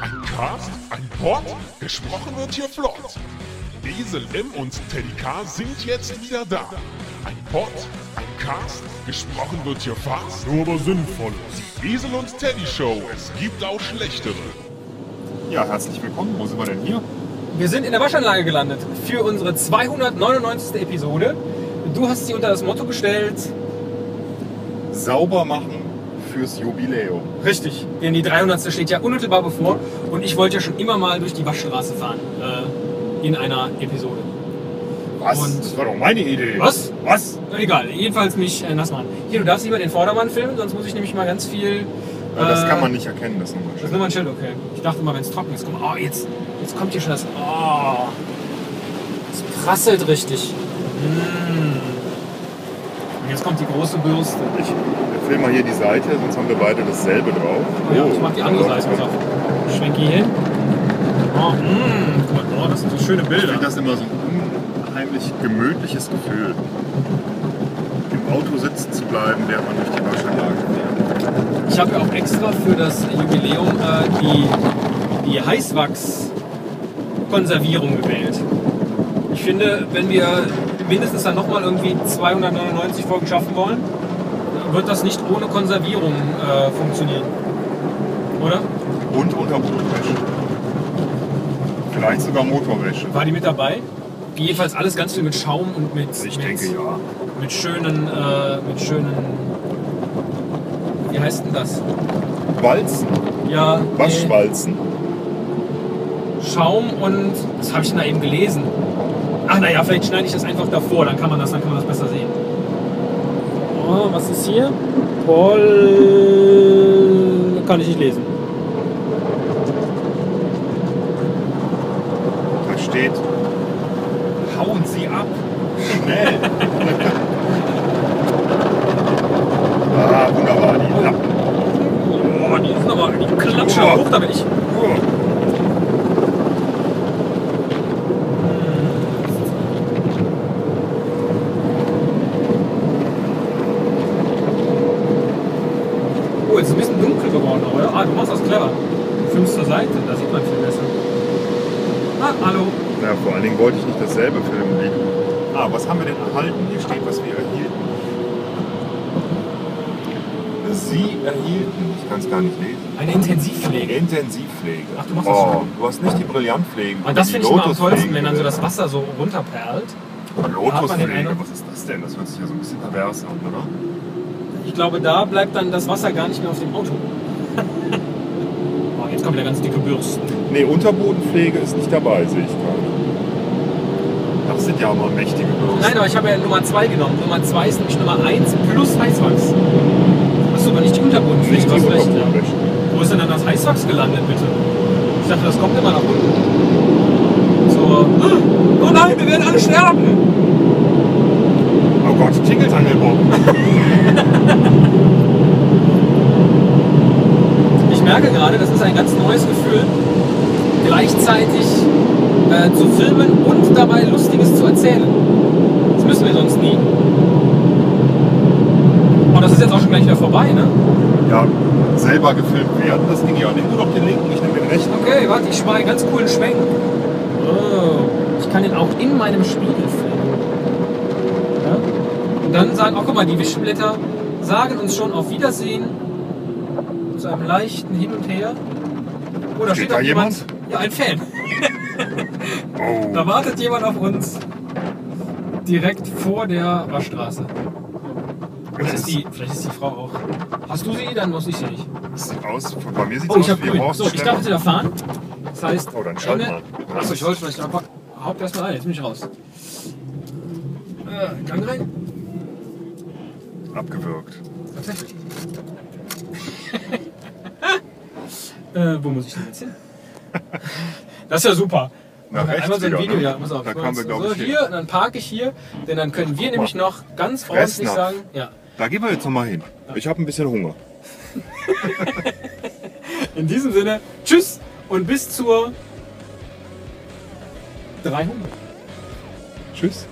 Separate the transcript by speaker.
Speaker 1: Podcast, ein Pod, gesprochen wird hier flott. Esel M und Teddy K sind jetzt wieder da. Ein Pod, ein Cast, gesprochen wird hier fast, nur aber sinnvoll. Die Esel und Teddy Show, es gibt auch schlechtere.
Speaker 2: Ja, herzlich willkommen. Wo sind wir denn hier?
Speaker 3: Wir sind in der Waschanlage gelandet für unsere 299. Episode. Du hast sie unter das Motto gestellt.
Speaker 2: Sauber machen fürs Jubiläum.
Speaker 3: Richtig, denn die 300. steht ja unmittelbar bevor und ich wollte ja schon immer mal durch die Waschstraße fahren äh, in einer Episode.
Speaker 2: Was?
Speaker 3: Und-
Speaker 2: das war doch meine Idee.
Speaker 3: Was?
Speaker 2: Was?
Speaker 3: Egal, jedenfalls mich äh, nass machen. Hier, du darfst lieber den Vordermann filmen, sonst muss ich nämlich mal ganz viel.
Speaker 2: Ja, das
Speaker 3: äh,
Speaker 2: kann man nicht erkennen, das Nummer.
Speaker 3: Das ist nur mal ein Schild, okay. Ich dachte mal, wenn es trocken ist, guck mal, oh, jetzt, jetzt kommt hier schon das. Oh, es prasselt richtig. Mm. Und jetzt kommt die große Bürste.
Speaker 2: Ich filme mal hier die Seite, sonst haben wir beide dasselbe drauf.
Speaker 3: Oh, ja, ich mach die andere Seite
Speaker 2: Ich
Speaker 3: auf. Schwenk die hin. Oh, mm. guck mal, oh, das sind so schöne Bilder.
Speaker 2: finde das immer so ein unheimlich gemütliches Gefühl. Im Auto sitzen zu bleiben, während man durch die Waschanlage fährt.
Speaker 3: Ich habe ja auch extra für das Jubiläum äh, die, die Heißwachs-Konservierung gewählt. Ich finde, wenn wir mindestens dann nochmal irgendwie 299 Folgen schaffen wollen, wird das nicht ohne Konservierung äh, funktionieren. Oder?
Speaker 2: Und Unterbodenwäsche. Vielleicht sogar Motorwäsche.
Speaker 3: War die mit dabei? Jedenfalls alles ganz viel mit Schaum und mit,
Speaker 2: Ich
Speaker 3: mit,
Speaker 2: denke ja.
Speaker 3: mit schönen, äh, mit schönen, wie heißt denn das?
Speaker 2: Walzen,
Speaker 3: Ja, äh, nee.
Speaker 2: Waschwalzen.
Speaker 3: Schaum und was habe ich denn da eben gelesen? Ach naja, vielleicht schneide ich das einfach davor, dann kann man das, dann kann man das besser sehen. Oh, was ist hier? Pol kann ich nicht lesen.
Speaker 2: Da steht, hauen Sie ab. Schnell. ah, wunderbar, die Lappen.
Speaker 3: Oh, die sind aber die klatschen
Speaker 2: Oh.
Speaker 3: hoch damit ich.
Speaker 2: Uh,
Speaker 3: Oh, jetzt ist ein bisschen dunkel geworden, oder? Ah, du machst das clever. Fünf zur Seite, da sieht man viel besser. Ah, hallo.
Speaker 2: Na, vor allen Dingen wollte ich nicht dasselbe filmen wie Ah, was haben wir denn erhalten? Hier steht, was wir erhielten. Sie erhielten, ich kann es gar nicht lesen,
Speaker 3: Eine Intensivpflege.
Speaker 2: Intensivpflege.
Speaker 3: Ach, du machst das
Speaker 2: oh,
Speaker 3: schon.
Speaker 2: du hast nicht die Brillantpflege.
Speaker 3: Und das
Speaker 2: die
Speaker 3: finde ich immer am
Speaker 2: Lotuspflege.
Speaker 3: tollsten, wenn dann so das Wasser so runterperlt. Hat man den
Speaker 2: Lotuspflege,
Speaker 3: Eindruck-
Speaker 2: was ist das denn? Das hört sich ja so ein bisschen pervers an, oder?
Speaker 3: Ich glaube, da bleibt dann das Wasser gar nicht mehr auf dem Auto. oh, jetzt kommt der ganz dicke Bürsten.
Speaker 2: Nee, Unterbodenpflege ist nicht dabei, sehe ich gerade. Das sind ja mal mächtige Bürsten.
Speaker 3: Nein, aber ich habe ja Nummer 2 genommen. Nummer 2 ist nämlich Nummer 1 plus Heißwachs. Achso, aber nicht die Unterbodenpflicht.
Speaker 2: nicht die
Speaker 3: du hast recht, ja.
Speaker 2: Unterbodenwäsche.
Speaker 3: Wo ist denn dann das Heißwachs gelandet, bitte? Ich dachte, das kommt immer nach unten. So, oh nein, wir werden alle sterben.
Speaker 2: Oh Gott, tingelt an der Bob.
Speaker 3: Ich merke gerade, das ist ein ganz neues Gefühl, gleichzeitig äh, zu filmen und dabei Lustiges zu erzählen. Das müssen wir sonst nie. Oh, das ist jetzt auch schon gleich wieder vorbei, ne?
Speaker 2: Ja, selber gefilmt werden, das ging ja. Nimm du doch den linken, ich nehme den rechten.
Speaker 3: Okay, warte, ich mache einen ganz coolen Schwenk. Oh, ich kann den auch in meinem Spiegel filmen. Ja? Und dann sagen, oh guck mal, die Wischblätter sagen uns schon auf Wiedersehen zu einem leichten Hin und Her. Oh, da
Speaker 2: Steht
Speaker 3: steht
Speaker 2: da
Speaker 3: auch jemand. Ja, ein Fan.
Speaker 2: Oh.
Speaker 3: Da wartet jemand auf uns. Direkt vor der Waschstraße. Vielleicht ist die, vielleicht ist die Frau auch. Hast du sie? Dann muss ich sie nicht.
Speaker 2: Das sieht aus, bei mir sieht es
Speaker 3: Oh, ich
Speaker 2: aus
Speaker 3: hab
Speaker 2: wie
Speaker 3: grün.
Speaker 2: Horst
Speaker 3: So, ich darf
Speaker 2: Schlemmer.
Speaker 3: jetzt wieder fahren. Das heißt.
Speaker 2: Oh, dann schalt mal.
Speaker 3: Achso, ich wollte vielleicht einfach. Haupt erstmal ein, jetzt bin ich raus. Äh, Gang rein.
Speaker 2: Abgewürgt.
Speaker 3: Tatsächlich. äh, wo muss ich denn jetzt hin? Das ist ja super.
Speaker 2: Nach
Speaker 3: Einmal
Speaker 2: rechts
Speaker 3: so ein
Speaker 2: wieder,
Speaker 3: Video,
Speaker 2: ne?
Speaker 3: ja, pass auf.
Speaker 2: Da kamen wir, glaub
Speaker 3: so,
Speaker 2: ich, hin.
Speaker 3: hier, dann parke ich hier, denn dann können wir nämlich
Speaker 2: mal.
Speaker 3: noch ganz freundlich
Speaker 2: Fressnapf.
Speaker 3: sagen, ja,
Speaker 2: Da gehen wir jetzt nochmal hin. Ich habe ein bisschen Hunger.
Speaker 3: in diesem Sinne, tschüss und bis zur 300.
Speaker 2: Tschüss.